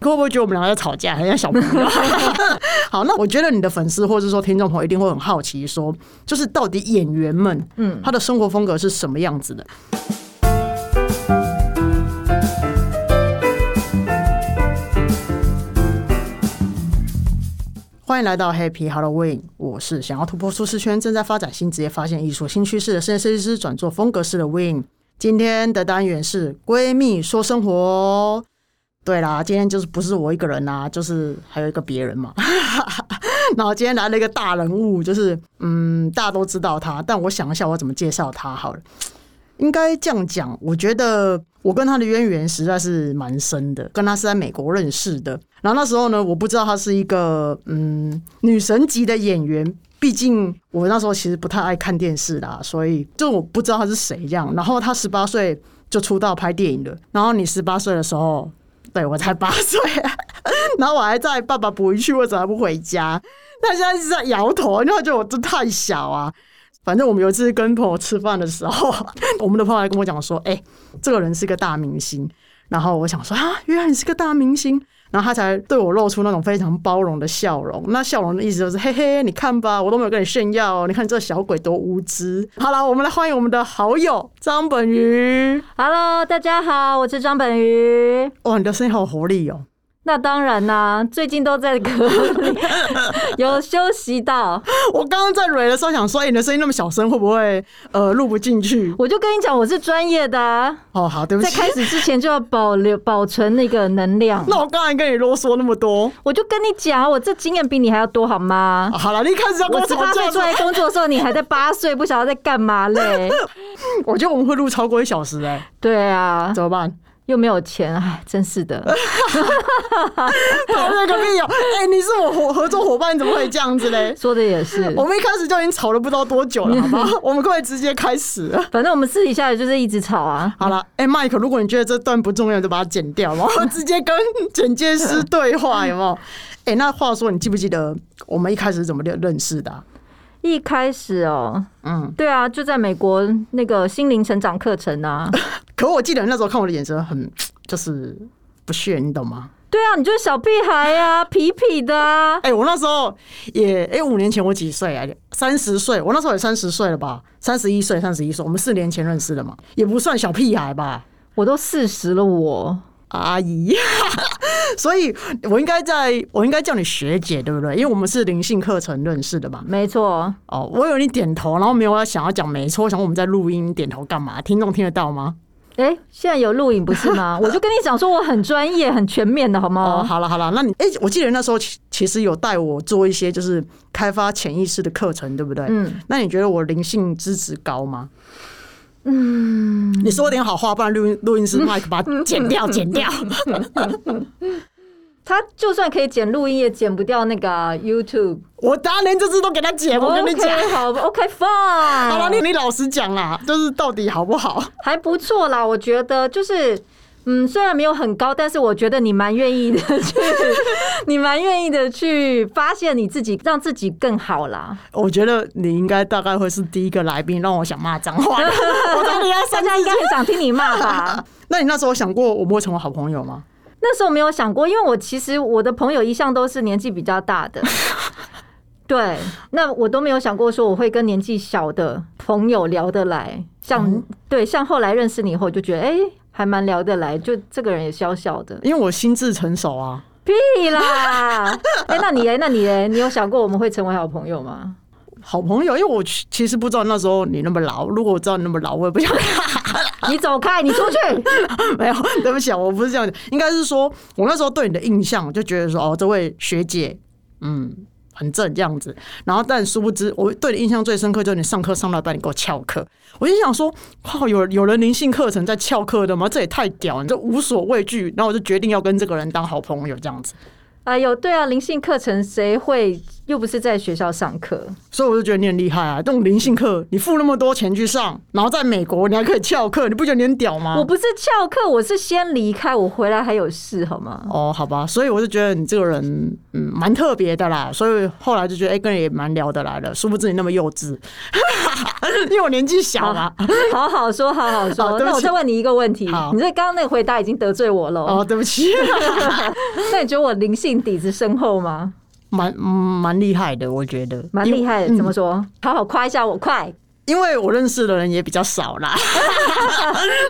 可会不会觉得我们两个在吵架，很像小朋友？ 好，那我觉得你的粉丝或者说听众朋友一定会很好奇说就是到底演员们，嗯，他的生活风格是什么样子的？欢迎来到 Happy Halloween，我是想要突破舒适圈，正在发展新职业、发现艺术新趋势的室内设计师，转做风格式的 Win。今天的单元是闺蜜说生活。对啦，今天就是不是我一个人啦、就是还有一个别人嘛。 然后今天来了一个大人物，就是嗯，大家都知道他，但我想一下我怎么介绍他好了。应该这样讲，我觉得我跟他的渊源实在是蛮深的，跟他是在美国认识的。然后那时候呢，我不知道他是一个嗯女神级的演员，毕竟我那时候其实不太爱看电视啦，所以就我不知道他是谁这样。然后他十八岁就出道拍电影了，然后你十八岁的时候，对我才八岁、 然后我还在爸爸捕鱼去，为什么还不回家？他现在一直在摇头，因为他觉得我这太小啊。反正我们有一次跟朋友吃饭的时候， 我们的朋友来跟我讲说：“哎、这个人是个大明星。”然后我想说：“啊，原来你是个大明星。”然后他才对我露出那种非常包容的笑容。那笑容的意思就是：“嘿嘿，你看吧，我都没有跟你炫耀哦，你看这小鬼多无知。”好了，我们来欢迎我们的好友张本鱼。 Hello，大家好，我是张本鱼。哇，哦你的声音好有活力哦！那当然啦、最近都在隔 离，有休息到。我刚刚在蕊的时候想说：“哎、你的声音那么小声，会不会呃录不进去我就跟你讲，我是专业的、啊，？”哦，好，对不在起。开始之前就要保留保存那个能量。那我刚才跟你啰嗦那么多，我就跟你讲，我这经验比你还要多，好吗啊？好了，你一开始要跟我我十吵八架岁出了。来工作的时候，你还在八岁，不晓得在干嘛 嘞？我觉得我们会录超过一小时哎、 对啊，怎么办？又没有钱，哎，真是的。讨论个屁哦！ 哎、你是我合合作伙伴，怎么会这样子 嘞？说的也是，我们一开始就已经吵了不知道多久了， 好不好？我们可不可以直接开始 了？反正我们私底下也就是一直吵啊。好了，哎、m i k e 如果你觉得这段不重要，就把它剪掉，然 后直接跟剪接师对话，有没 有？哎、那话说，你记不记得我们一开始怎么认认识的啊、一开始哦，嗯，对啊，就在美国那个心灵成长课程啊。 可我记得你那时候看我的眼神很就是不屑，你懂吗？对啊，你就是小屁孩啊，痞痞的啊。 哎、我那时候也哎，五、年前我几岁啊？三十岁，我那时候也三十岁了吧？三十一岁，三十一岁，我们四年前认识的嘛，也不算小屁孩吧，我都四十了我，阿姨。 所以我应该在，我应该叫你学姐，对不对？因为我们是灵性课程认识的嘛。没错，哦，我有你点头，然后没有要想要讲没错，我想我们在录音，你点头干嘛？听众听得到吗？哎、现在有录影不是 吗？我就跟你讲说我很专业、很全面的好吗？哦，好了好了，那你哎、我记得那时候其其实有带我做一些就是开发潜意识的课程，对不对？嗯，那你觉得我灵性资质高吗？嗯，你说点好话，不然录音录音师麦克把它剪掉，剪掉。他就算可以剪录音，也剪不掉那个啊 YouTube。 我当然连这次都给他剪，我跟你讲。哦 OK，好，OK fine，好了，你你老实讲啦，就是到底好不好？ 还不错啦，我觉得就是。嗯，虽然没有很高，但是我觉得你蛮愿意的去， 你蛮愿意的去发现你自己，让自己更好啦。我觉得你应该大概会是第一个来宾让我想骂脏话的。我当你要大三家家应该很想听你骂吧？那你那时候想过我们会成为好朋友吗？那时候没有想过，因为我其实我的朋友一向都是年纪比较大的，对，那我都没有想过说我会跟年纪小的朋友聊得来，像、对，像后来认识你以后，就觉得哎、还蛮聊得来，就这个人也小小的，因为我心智成熟啊，屁啦！哎、那你嘞？那你嘞？你有想过我们会成为好朋友吗？好朋友。因为我其其实不知道那时候你那么老，如果我知道你那么老，我也不想你走开，你出去！ 没有，对不起啊，我不是这样讲，应该是说我那时候对你的印象就觉得说，哦，这位学姐，嗯，很正这样子。然后，但殊不知，我对你印象最深刻就是你上课上到一半，你给我翘课，我就想说，靠，有有人灵性课程在翘课的吗？这也太屌了，你就无所畏惧。然后我就决定要跟这个人当好朋友这样子。哎呦，对啊，灵性课程谁会？又不是在学校上课，所以我就觉得你很厉害啊！这种灵性课，你付那么多钱去上，然后在美国你还可以翘课，你不觉得你很屌吗我？不是翘课，我是先离开，我回来还有事，好吗？哦，好吧，所以我就觉得你这个人，嗯，蛮特别的啦。所以后来就觉得，哎、跟你也蛮聊得来的。殊不知你那么幼稚， 因为我年纪小嘛。好好说，好好好说。哦对不那我起再问你一个问题，好你这刚刚那个回答已经得罪我了。哦，对不起， 那你觉得我灵性底子深厚吗？蛮嗯蛮厉害的，我觉得蛮因为厉害的，怎么说？好好夸一下我，快！因为我认识的人也比较少啦，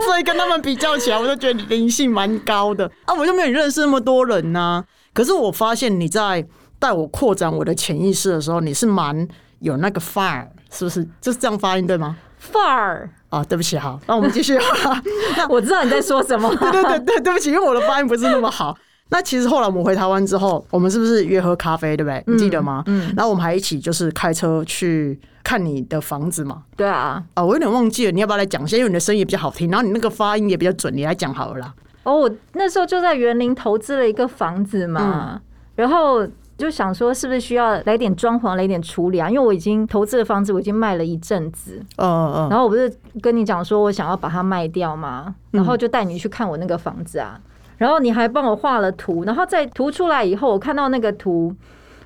所以跟他们比较起来，我就觉得你灵性蛮高的啊。我就没有你认识那么多人呐、可是我发现你在带我扩展我的潜意识的时候，你是蛮有那个范儿，是不是？就是这样发音对吗？范儿，啊，对不起，好，那我们继续。 我知道你在说什么。 对对对，对不起，因为我的发音不是那么好。那其实后来我们回台湾之后，我们是不是约喝咖啡，对不对？你记得吗？嗯，然后我们还一起就是开车去看你的房子嘛。对啊，啊、我有点忘记了，你要不要来讲一下？因为你的声音也比较好听，然后你那个发音也比较准，你来讲好了啦。哦，我那时候就在园林投资了一个房子嘛，嗯然后就想说是不是需要来点装潢，来点处理啊？因为我已经投资的房子我已经卖了一阵子，嗯嗯，然后我不是跟你讲说我想要把它卖掉吗？然后就带你去看我那个房子啊，然后你还帮我画了图，然后在图出来以后，我看到那个图。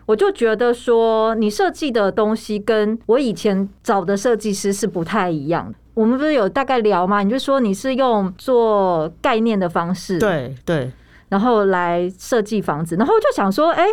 我就觉得说，你设计的东西跟我以前找的设计师是不太一样的。我们不是有大概聊吗？你就说你是用做概念的方式，对对，然后来设计房子，然后我就想说，哎、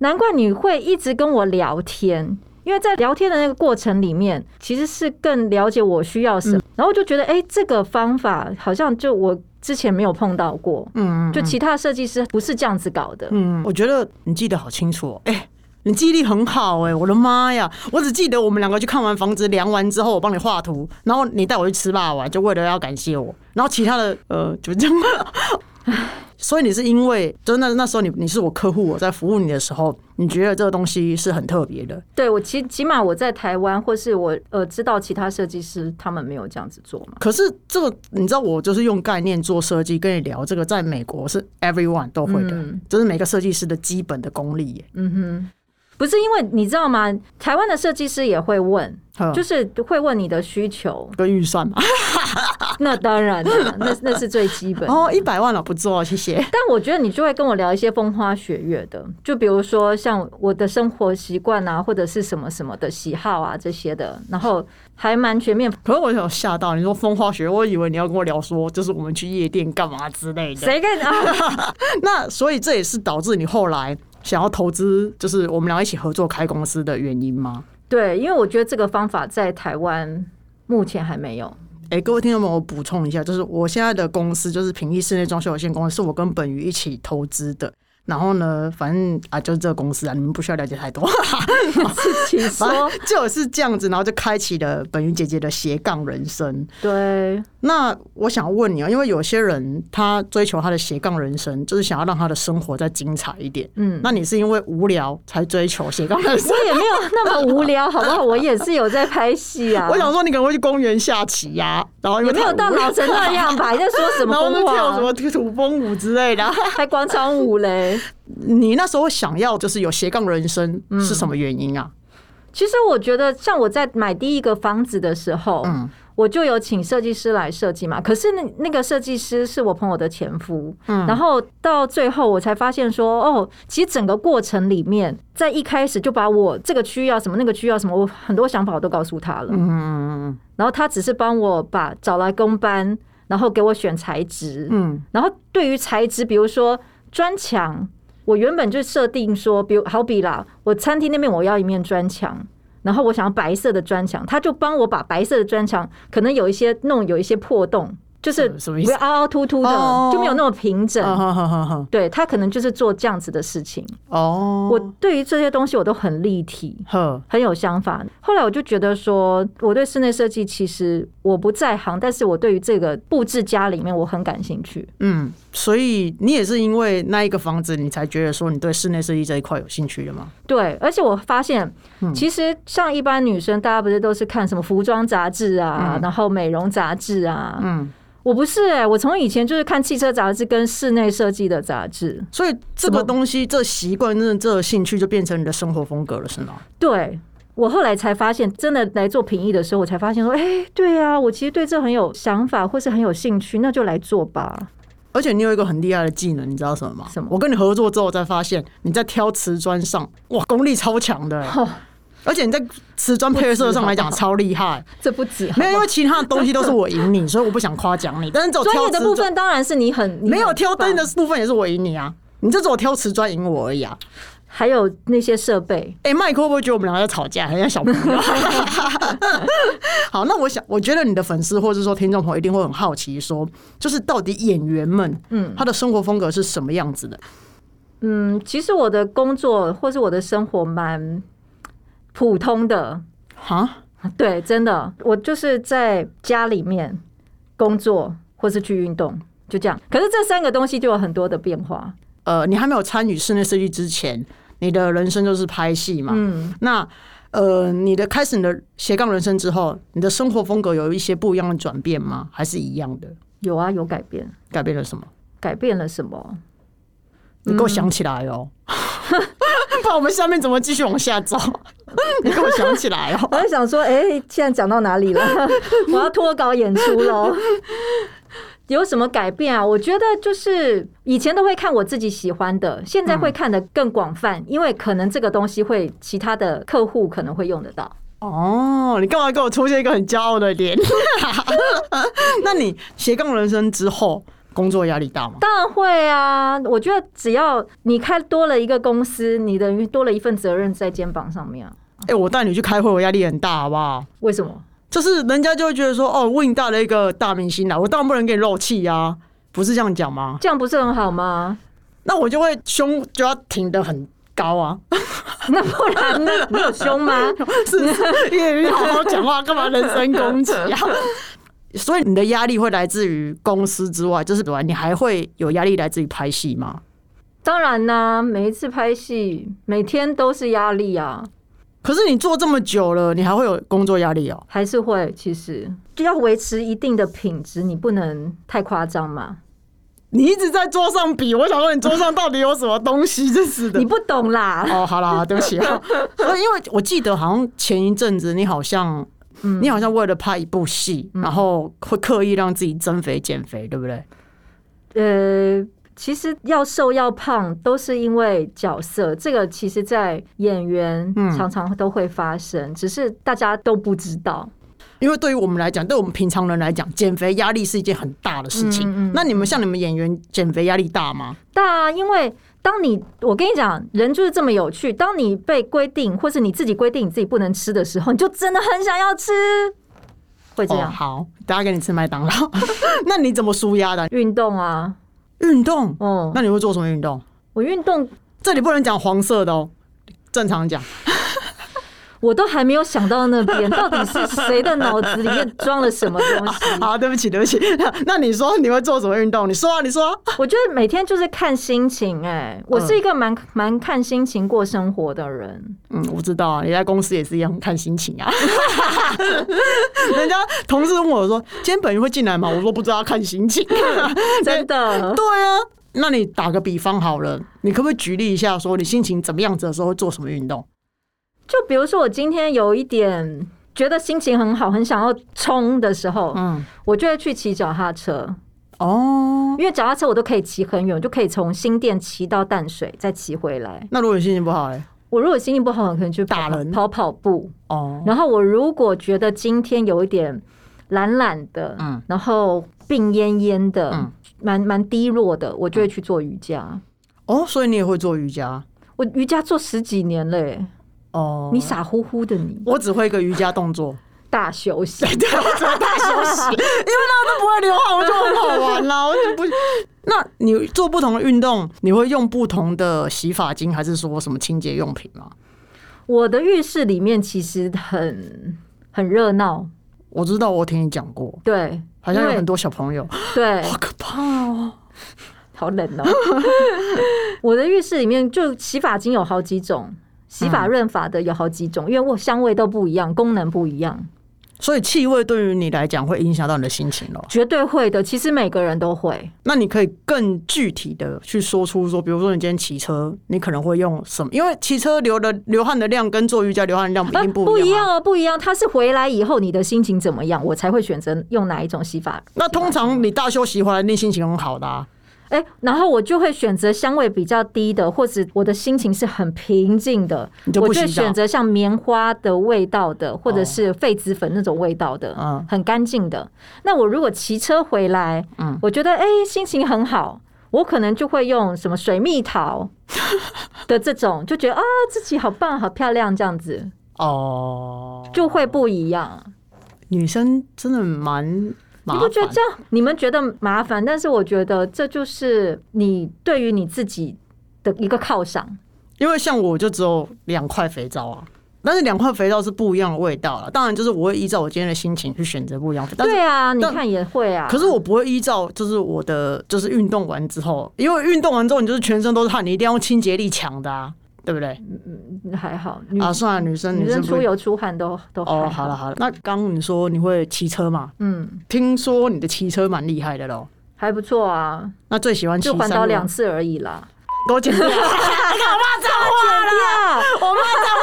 难怪你会一直跟我聊天，因为在聊天的那个过程里面，其实是更了解我需要什嗯么，然后我就觉得，哎、这个方法好像就我之前没有碰到过，嗯就其他设计师不是这样子搞的，嗯，我觉得你记得好清楚、哦，哎、你记忆力很好哎、我的妈呀！我只记得我们两个去看完房子，量完之后我帮你画图，然后你带我去吃霸王，就为了要感谢我。然后其他的呃就这样， 所以你是因为就那那时候你你是我客户，我在服务你的时候，你觉得这个东西是很特别的，对我起起码我在台湾或是我呃知道其他设计师他们没有这样子做嘛，可是这个你知道，我就是用概念做设计，跟你聊这个，在美国是 everyone 都会的，这是每个设计师的基本的功力耶。不是因为你知道吗？台湾的设计师也会问，嗯就是会问你的需求，个预算嘛，那当然了，那那是最基本。 哦，一百万了，不错，谢谢。但我觉得你就会跟我聊一些风花雪月的，就比如说像我的生活习惯啊，或者是什么什么的喜好啊这些的，然后还蛮全面。可是我有吓到，你说风花雪，我以为你要跟我聊说，就是我们去夜店干嘛之类 的。谁跟啊？那所以这也是导致你后来想要投资，就是我们俩一起合作开公司的原因吗？对，因为我觉得这个方法在台湾目前还没 有。哎、各位听众们，我补充一下，就是我现在的公司就是平易室内装修有限公司，是我跟本鱼一起投资的。然后呢，反正啊，就是这个公司啊，你们不需要了解太 多。自己啊说，就是这样子，然后就开启了本鱼姐姐的斜杠人生。对，那我想问你啊，因为有些人他追求他的斜杠人生，就是想要让他的生活再精彩一点。嗯那你是因为无聊才追求斜杠 人生？我也没有那么无聊，好不好？我也是有在拍戏啊 我，想说，你可能会去公园下棋呀、然后因也为没有太到无聊老成那样吧？还在说 什么然后风啊就跳什话？么土风舞之类的。 还广场舞嘞？你那时候想要就是有斜杠人生嗯是什么原因啊？其实我觉得，像我在买第一个房子的时候，嗯我就有请设计师来设计嘛。可是那那个设计师是我朋友的前夫，嗯然后到最后我才发现说，哦，其实整个过程里面，在一开始就把我这个区要什么，那个区要什么，我很多想法我都告诉他了，嗯然后他只是帮我把找来工班，然后给我选材质，嗯然后对于材质，比如说砖墙，我原本就设定说，比如好比啦，我餐厅那边我要一面砖墙，然后我想要白色的砖墙，他就帮我把白色的砖墙可能有一些弄有一些破洞，就是嗯什么意比思较凹凹凸凸的，哦就没有那么平整。啊哈哈哈哈对他可能就是做这样子的事情。哦，我对于这些东西我都很立体。呵很有想法。后来我就觉得说，我对室内设计其实我不在行，但是我对于这个布置家里面我很感兴趣。嗯，所以你也是因为那一个房子，你才觉得说你对室内设计这一块有兴趣的吗？对，而且我发现，其实像一般女生，大家不是都是看什么服装杂志啊，然后美容杂志啊，嗯我不是哎、我从以前就是看汽车杂志跟室内设计的杂志，所以这什个么东西、这习惯、这这兴趣就变成你的生活风格了，是吗？对。我后来才发现，真的来做评议的时候，我才发现说，哎、对啊，我其实对这很有想法，或是很有兴趣，那就来做吧。而且你有一个很厉害的技能，你知道什么吗？什么我跟你合作之后才发现，你在挑瓷砖上，哇，功力超强的、欸 哦而且你在瓷砖配色上来讲不止超厉 害，这不止没有因为其他的东西都是我赢你，所以我不想夸奖你。但是只有专挑业的瓷部砖，分当然是你很你没有很挑棒灯的部分也是我赢你啊，你这只有挑瓷砖赢我而已啊。还有那些设备，哎、麦克会不会觉得我们两个在吵架，很像小朋友？ 好，那我想，我觉得你的粉丝或者说听众朋友一定会很好奇说就是到底演员们，嗯，他的生活风格是什么样子的？嗯，其实我的工作或是我的生活蛮普通的，哈，对，真的，我就是在家里面工作或是去运动，就这样。可是这三个东西就有很多的变化，呃，你还没有参与室内设计之前，你的人生就是拍戏嘛。嗯，那呃，你的开始你的斜杠人生之后，你的生活风格有一些不一样的转变吗？还是一样的？有啊，有改变，改变了什么？改变了什么？你给我想起来哦， 不然我们下面怎么继续往下走？ 你给我想起来哦。我在想说，哎、现在讲到哪里了？ 我要脱稿演出喽。有什么改变啊？我觉得就是以前都会看我自己喜欢的，现在会看的更广泛，因为可能这个东西会其他的客户可能会用得到。哦，你干嘛给我出现一个很骄傲的脸？ 那你斜杠人生之后，工作压力大吗？当然会啊！我觉得只要你开多了一个公司，你等于多了一份责任在肩膀上面啊。哎、我带你去开会，我压力很大，好不好？为什么？就是人家就会觉得说，哦，Win 大的一个大明星啦，我当然不能给你漏气啊，不是这样讲吗？这样不是很好吗？ 那我就会胸就要挺得很高啊， 那不然呢？你有胸吗？是不是？你你好好讲话，干嘛人身攻击啊？所以你的压力会来自于公司之外，就是你还会有压力来自于拍戏吗？当然啦、每一次拍戏，每天都是压力啊，可是你做这么久了，你还会有工作压力哦。还是会。其实就要维持一定的品质，你不能太夸张嘛。你一直在桌上比，我想问你桌上到底有什么东西？真是的你。不懂啦，哦，好啦，好啦对不起 啊。所以因为我记得好像前一阵子你好像，嗯你好像为了拍一部戏，然后会刻意让自己增肥减肥，对不对？呃，其实要瘦要胖都是因为角色，这个其实，在演员嗯常常都会发生，只是大家都不知道。因为对于我们来讲，对我们平常人来讲，减肥压力是一件很大的事情。嗯嗯嗯那你们像你们演员，减肥压力大吗？但啊，因为当你我跟你讲，人就是这么有趣，当你被规定，或是你自己规定你自己不能吃的时候，你就真的很想要吃，会这哦，样。好，大家给你吃麦当劳。 那你怎么舒压的？运动啊，运动？哦、那你会做什么运动？我运动这里不能讲黄色的哦，正常讲。我都还没有想到那边，到底是谁的脑子里面装了什么东西？ 好，对不起，对不起。那那你说你会做什么运动？你说啊，你说啊、我觉得每天就是看心情、哎，我是一个蛮蛮看心情过生活的人。嗯，我知道啊，你在公司也是一样看心情啊。人家同事问我说：“今天本人会进来吗？”我说：“不知道，看心情。真的”对啊，那你打个比方好了，你可不可以举例一下，说你心情怎么样子的时候会做什么运动？就比如说我今天有一点觉得心情很好，很想要冲的时候，嗯，我就会去骑脚踏车，哦，因为脚踏车我都可以骑很远，我就可以从新店骑到淡水，再骑回来。那如果你心情不好哎嘞？我如果心情不好，我可能去跑打人跑跑步。哦，然后我如果觉得今天有一点懒懒的，嗯然后病恹恹的嗯，蛮蛮、低落的，我就会去做瑜伽。哦，所以你也会做瑜伽？我瑜伽做十几年了耶，哦，你傻乎乎的你，我只会一个瑜伽动作。大休息。对，我只能大休息，因为那都不会流汗，我就很好玩 啦、我就不。那你做不同的运动，你会用不同的洗发精，还是说什么清洁用品吗？我的浴室里面其实很很热闹，我知道，我听你讲过，对，好像有因为很多小朋友，对，好可怕哦。好冷哦。 我的浴室里面就洗发精有好嗯几种，洗发润发的有好几种，因为我香味都不一样，功能不一样。所以气味对于你来讲会影响到你的心情咯。绝对会的。其实每个人都会，那你可以更具体的去说出说，比如说你今天骑车，你可能会用什么？因为骑车流的流汗的量跟做瑜伽流汗的量一呃定不一一样啊、样哦，不一样。他是回来以后你的心情怎么样，我才会选择用哪一种洗法。那通常你大休息回来，那心情很好的、啊。哎、然后我就会选择香味比较低的，或者我的心情是很平静的你，就不我就会洗澡选择像棉花的味道的，或哦者是痱子粉那种味道的，嗯很干净的。那我如果骑车回来，嗯我觉得哎、心情很好，我可能就会用什么水 蜜桃的这种，就觉得啊自己好棒、好漂亮这样子，哦，就会不一样。女生真的蛮麻你烦，不觉得这样？你们觉得麻烦，但是我觉得这就是你对于你自己的一个犒赏。因为像我就只有两块肥皂啊，但是两块肥皂是不一样的味道了。当然，就是我会依照我今天的心情去选择不一样的。但是对啊，你但看也会啊。可是我不会依照，就是我的，就是运动完之后，因为运动完之后你就是全身都是汗，你一定要用清洁力强的啊，对不对？还好，女啊，算了，女生嗯女生生不出会。油出汗都都哦，还好了，好了，那刚刚你说你会骑车嘛？嗯，听说你的骑车蛮厉害的喽。还不错啊，那最喜欢骑就山路环吗？岛两次而已啦。给我剪 掉！啊我骂脏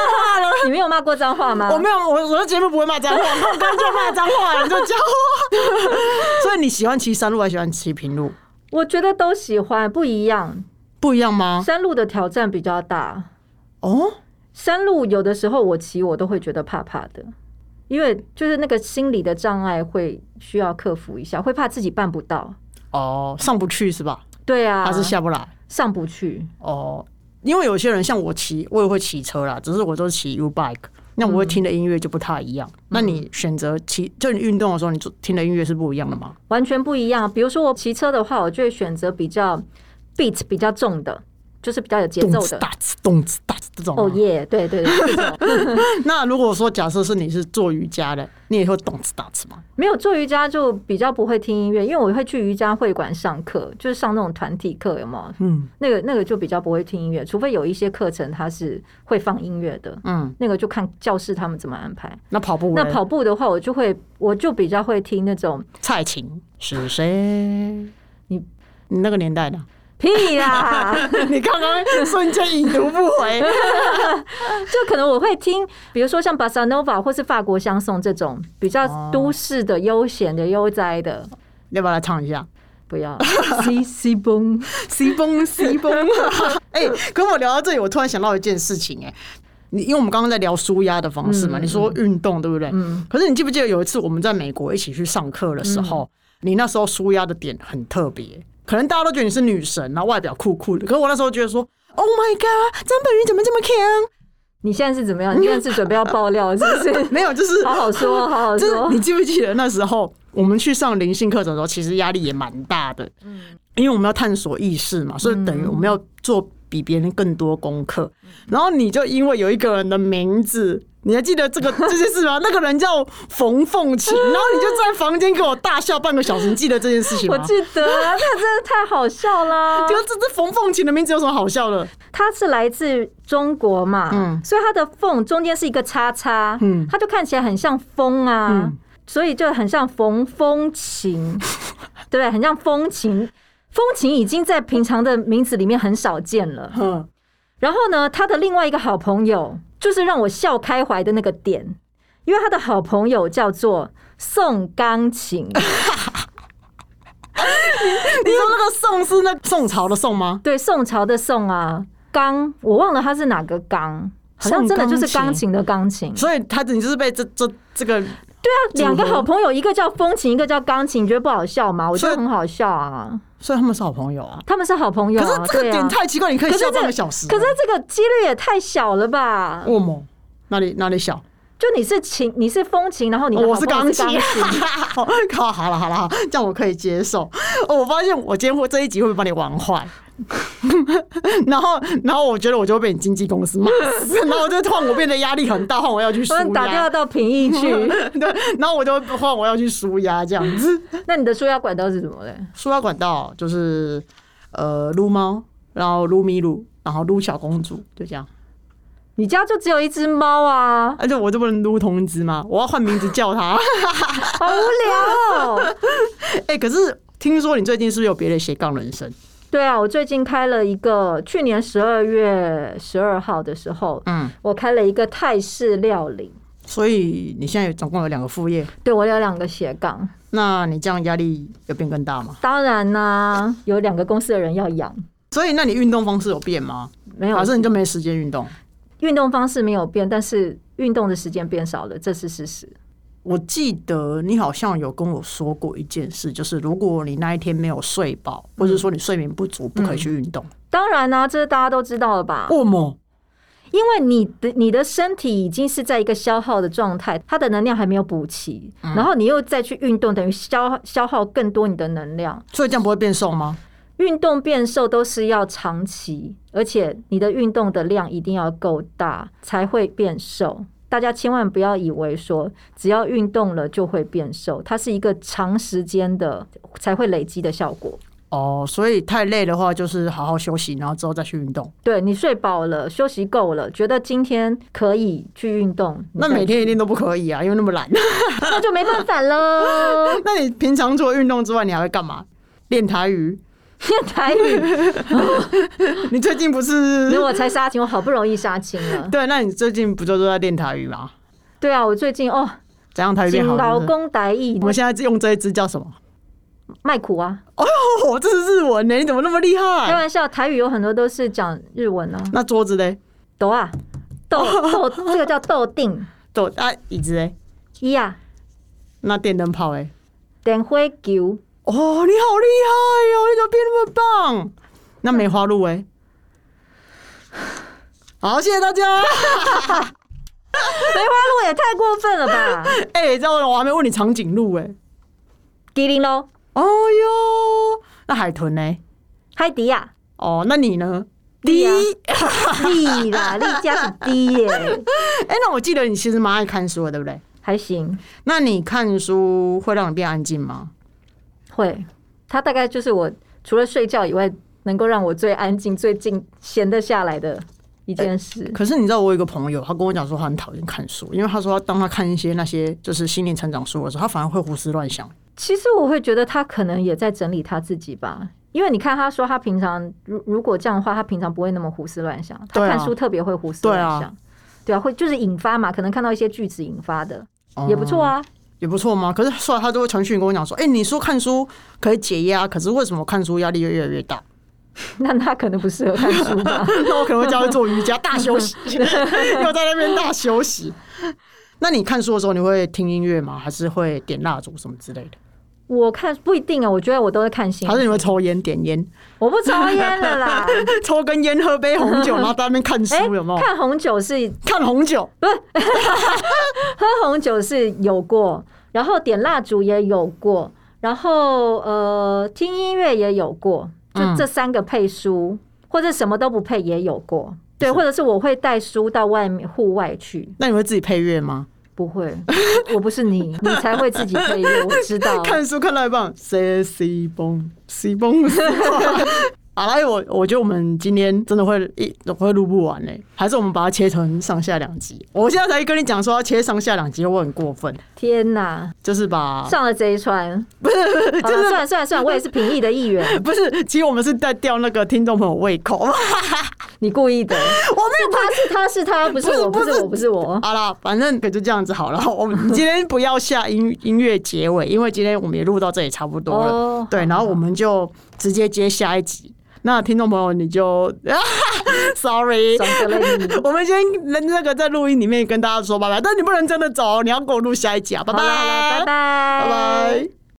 话了， 你没有骂过脏话吗？我没有，我我的节目不会骂 脏话，我刚就骂脏话，你就教我。 所以你喜欢骑山路，还喜欢骑平路，我觉得都喜欢，不一样。不一样吗？山路的挑战比较大，哦，山路有的时候我骑我都会觉得怕怕的，因为就是那个心理的障碍会需要克服一下，会怕自己办不到。哦，上不去是吧？对啊，还是下不来？上不去。哦，因为有些人像我骑，我也会骑车啦，只是我都是骑 U bike，那我会听的音乐就不太一样。嗯那你选择骑，就你运动的时候，你就听的音乐是不一样的吗？完全不一样。比如说我骑车的话，我就会选择比较 beat 比较重的，就是比较有节动奏次的。打次动次打次这种吗。哦耶，对对对，这种 那如果说假设是你是做瑜伽的，你也会动次打次吗？没有做瑜伽就比较不会听音乐，因为我会去瑜伽会馆上课，就是上那种团体课，有没有？嗯那个那个就比较不会听音乐，除非有一些课程它是会放音乐的，嗯，那个就看教室他们怎么安排。那跑步那嘞跑步的话，我就会我就比较会听那种蔡琴是谁？你你那个年代的，屁啦， 你刚刚瞬间已读不回。就可能我会听，比如说像 bossa nova 或是法国香颂这种比较都市的、悠闲的、悠哉的，你 要不要来唱一下？不要 C C 崩。西风， 西风。哎、跟我聊到这里，我突然想到一件事情、哎，你因为我们刚刚在聊舒压的方式嘛，你说运动对不对？嗯可是你记不记得有一次我们在美国一起去上课的时候，你那时候舒压的点很特别，可能大家都觉得你是女神，然后外表酷酷的，可是我那时候觉得说，Oh my god，张本云怎么这么强？？你现在是怎么样？你现在是准备要爆料是不是 没有，就是好好说，好好就是说你。记不记得那时候我们去上灵性课程的时候，其实压力也蛮大的，因为我们要探索意识嘛，嗯所以等于我们要做比别人更多功课。然后你就因为有一个人的名字。你还记得 这个这件事吗？那个人叫冯凤琴，然后你就在房间给我大笑半个小时，你记得这件事情我吗？记得啊，那真的太好笑啦！就这这冯凤琴的名字有什么好笑 的？它是来自中国嘛，嗯所以它的凤中间是一个叉叉，嗯它就看起来很像风啊，嗯所以就很像冯风情， 对不对？很像风情，风情已经在平常的名字里面很少见了。嗯，然后呢，他的另外一个好朋友，就是让我笑开怀的那个点，因为他的好朋友叫做宋 钢琴，你说那个宋是那宋朝的宋吗？对，宋朝的宋啊，钢，我忘了他是哪个钢。好像真的就是宋钢钢琴琴的钢琴，所以他你就是被这这这个对啊，两个组合好朋友，一个叫风琴，一个叫钢琴，你觉得不好笑吗？我觉所以得很好笑啊，所以他们是好朋友啊。他们是好朋友、可啊。是这个对点啊，太奇怪，你可以可是笑这半个小时。可是这个几率也太小了吧？为什么？哪里哪里小？就你是琴，你是风琴，然后你的哦我好是朋友钢是琴。钢琴，好，好好了好了，好这样我可以接受。哦，我发现我今天会这一集会不会把你玩坏？ 然后，然后我觉得我就会被你经纪公司骂死， 然后我就换我变得压力很大，换我要去舒我打压掉，到平易去。 对，然后我就会换我要去舒压这样子。 那你的输压管道是什么嘞？舒压管道就是呃撸猫，然后撸咪噜，然后撸小公主，就这样。你家就只有一只 猫啊，而且我就不能撸同一只吗？我要换名字叫它。好无聊、哦。哎、可是听说你最近是不是有别的斜杠人生？对啊，我最近开了一个，去年十二月十二号的时候，嗯，我开了一个泰式料理。所以你现在总共有两个副业，对我有两个斜杠，那你这样压力有变更大吗？当然啦、有两个公司的人要养，所以那你运动方式有变吗？没有啊还是你就没时间运动？运动方式没有变，但是运动的时间变少了，这是事实。我记得你好像有跟我说过一件事，就是如果你那一天没有睡饱，嗯或者说你睡眠不足，不可以去运动。当然啦、这大家都知道了吧？哦么？因为你的你的身体已经是在一个消耗的状态，它的能量还没有补齐，然后你又再去运动，等于消消耗更多你的能量。所以这样不会变瘦吗？运动变瘦都是要长期，而且你的运动的量一定要够大才会变瘦。大家千万不要以为说只要运动了就会变瘦，它是一个长时间的才会累积的效果。哦，所以太累的话，就是好好休息，然后之后再去运动。对你睡饱了，休息够了，觉得今天可以去运动，你那再每天一定都不可以啊，因为那么懒。那就没办法 喽。 那你平常除了运动之外，你还会干嘛？练台语？台语，你最近不因为是？我才杀青，我好不容易杀青了。对，那你最近不就都在练台语吗？对啊，我最近哦，怎样台语变请好老了？公歹意我们现在用这一支叫什么？卖苦啊，哦，这是日文呢，你怎么那么厉开害？玩笑，台语有很多都是讲日文啊，那桌子嘞？斗啊，斗斗，这个叫斗定都啊，椅子嘞？一啊，那电灯泡嘞？点灰球，哦，你好厉害哦，你怎么变那么棒？那梅花鹿哎， 好，谢谢大家。 梅花鹿也太过分了吧，哎、欸，知道我还没问你长颈鹿哎、吉林喽，哦哟，那海豚呢？海迪啊，哦，那你呢？第对一，啊哎、利啦，利加是低耶、哎那我记得你其实蛮爱看书的，对不对？还行，那你看书会让你变安静吗？会，它大概就是我除了睡觉以外，能够让我最安静、最静、闲得下来的一件事。可是你知道，我有一个朋友，他跟我讲说他很讨厌看书，因为他说他当他看一些那些就是心灵成长书的时候，他反而会胡思乱想。其实我会觉得他可能也在整理他自己吧，因为你看他说他平常如如果这样的话，他平常不会那么胡思乱想，他对啊看书特别会胡思乱对想，对啊，会就是引发嘛，可能看到一些句子引发的哦也不错啊。也不错嘛。可是后来他都会传讯跟我讲说：“哎、你说看书可以解压，可是为什么看书压力越越来越大？”？那他可能不适合看书吧 那我可能会叫他做瑜伽大休息， 又在那边大休息。那你看书的时候，你会听音乐吗？还是会点蜡烛什么之类的？我看不一定啊，我觉得我都会看新还是闻，你会抽烟点烟， 我不抽烟了啦。抽根烟喝杯红酒，然后在那边看书哎、有没有？看红酒是看红酒，喝红酒是有过，然后点蜡烛也有过，然后呃听音乐也有过，就嗯这三个配书、或者什么都不配也有过。对，或者是我会带书到外面户外去，那你会自己配乐吗？不 会，我不是你，你才会自己配乐，我知 道。看书看到一半，C C 崩 C 崩。 好啦，我我觉得我们今天真的会一会录不完嘞、欸还是我们把它切成上下两集。我现在才跟你讲说要切上下两集，我很过分，天哪，就是把 上了这一船，好了，算了算了算了，我也是平易的一员， 不是，其实我们是在吊那个听众朋友胃口。我你故意的。没有他是他是他，不是不是我，不是不是我，不是我。好啦，反正就这样子好了。 我们今天不要下音音乐结尾，因为今天我们也录到这里差不多了。哦对，然后我们就直接接下一集。那听众朋友，你就、sorry，总 得了你。我们先那那个在录音里哦面跟大家说拜拜，但你不能真的走，你要跟我录下一集啊，拜好拜，了好了，拜拜，拜拜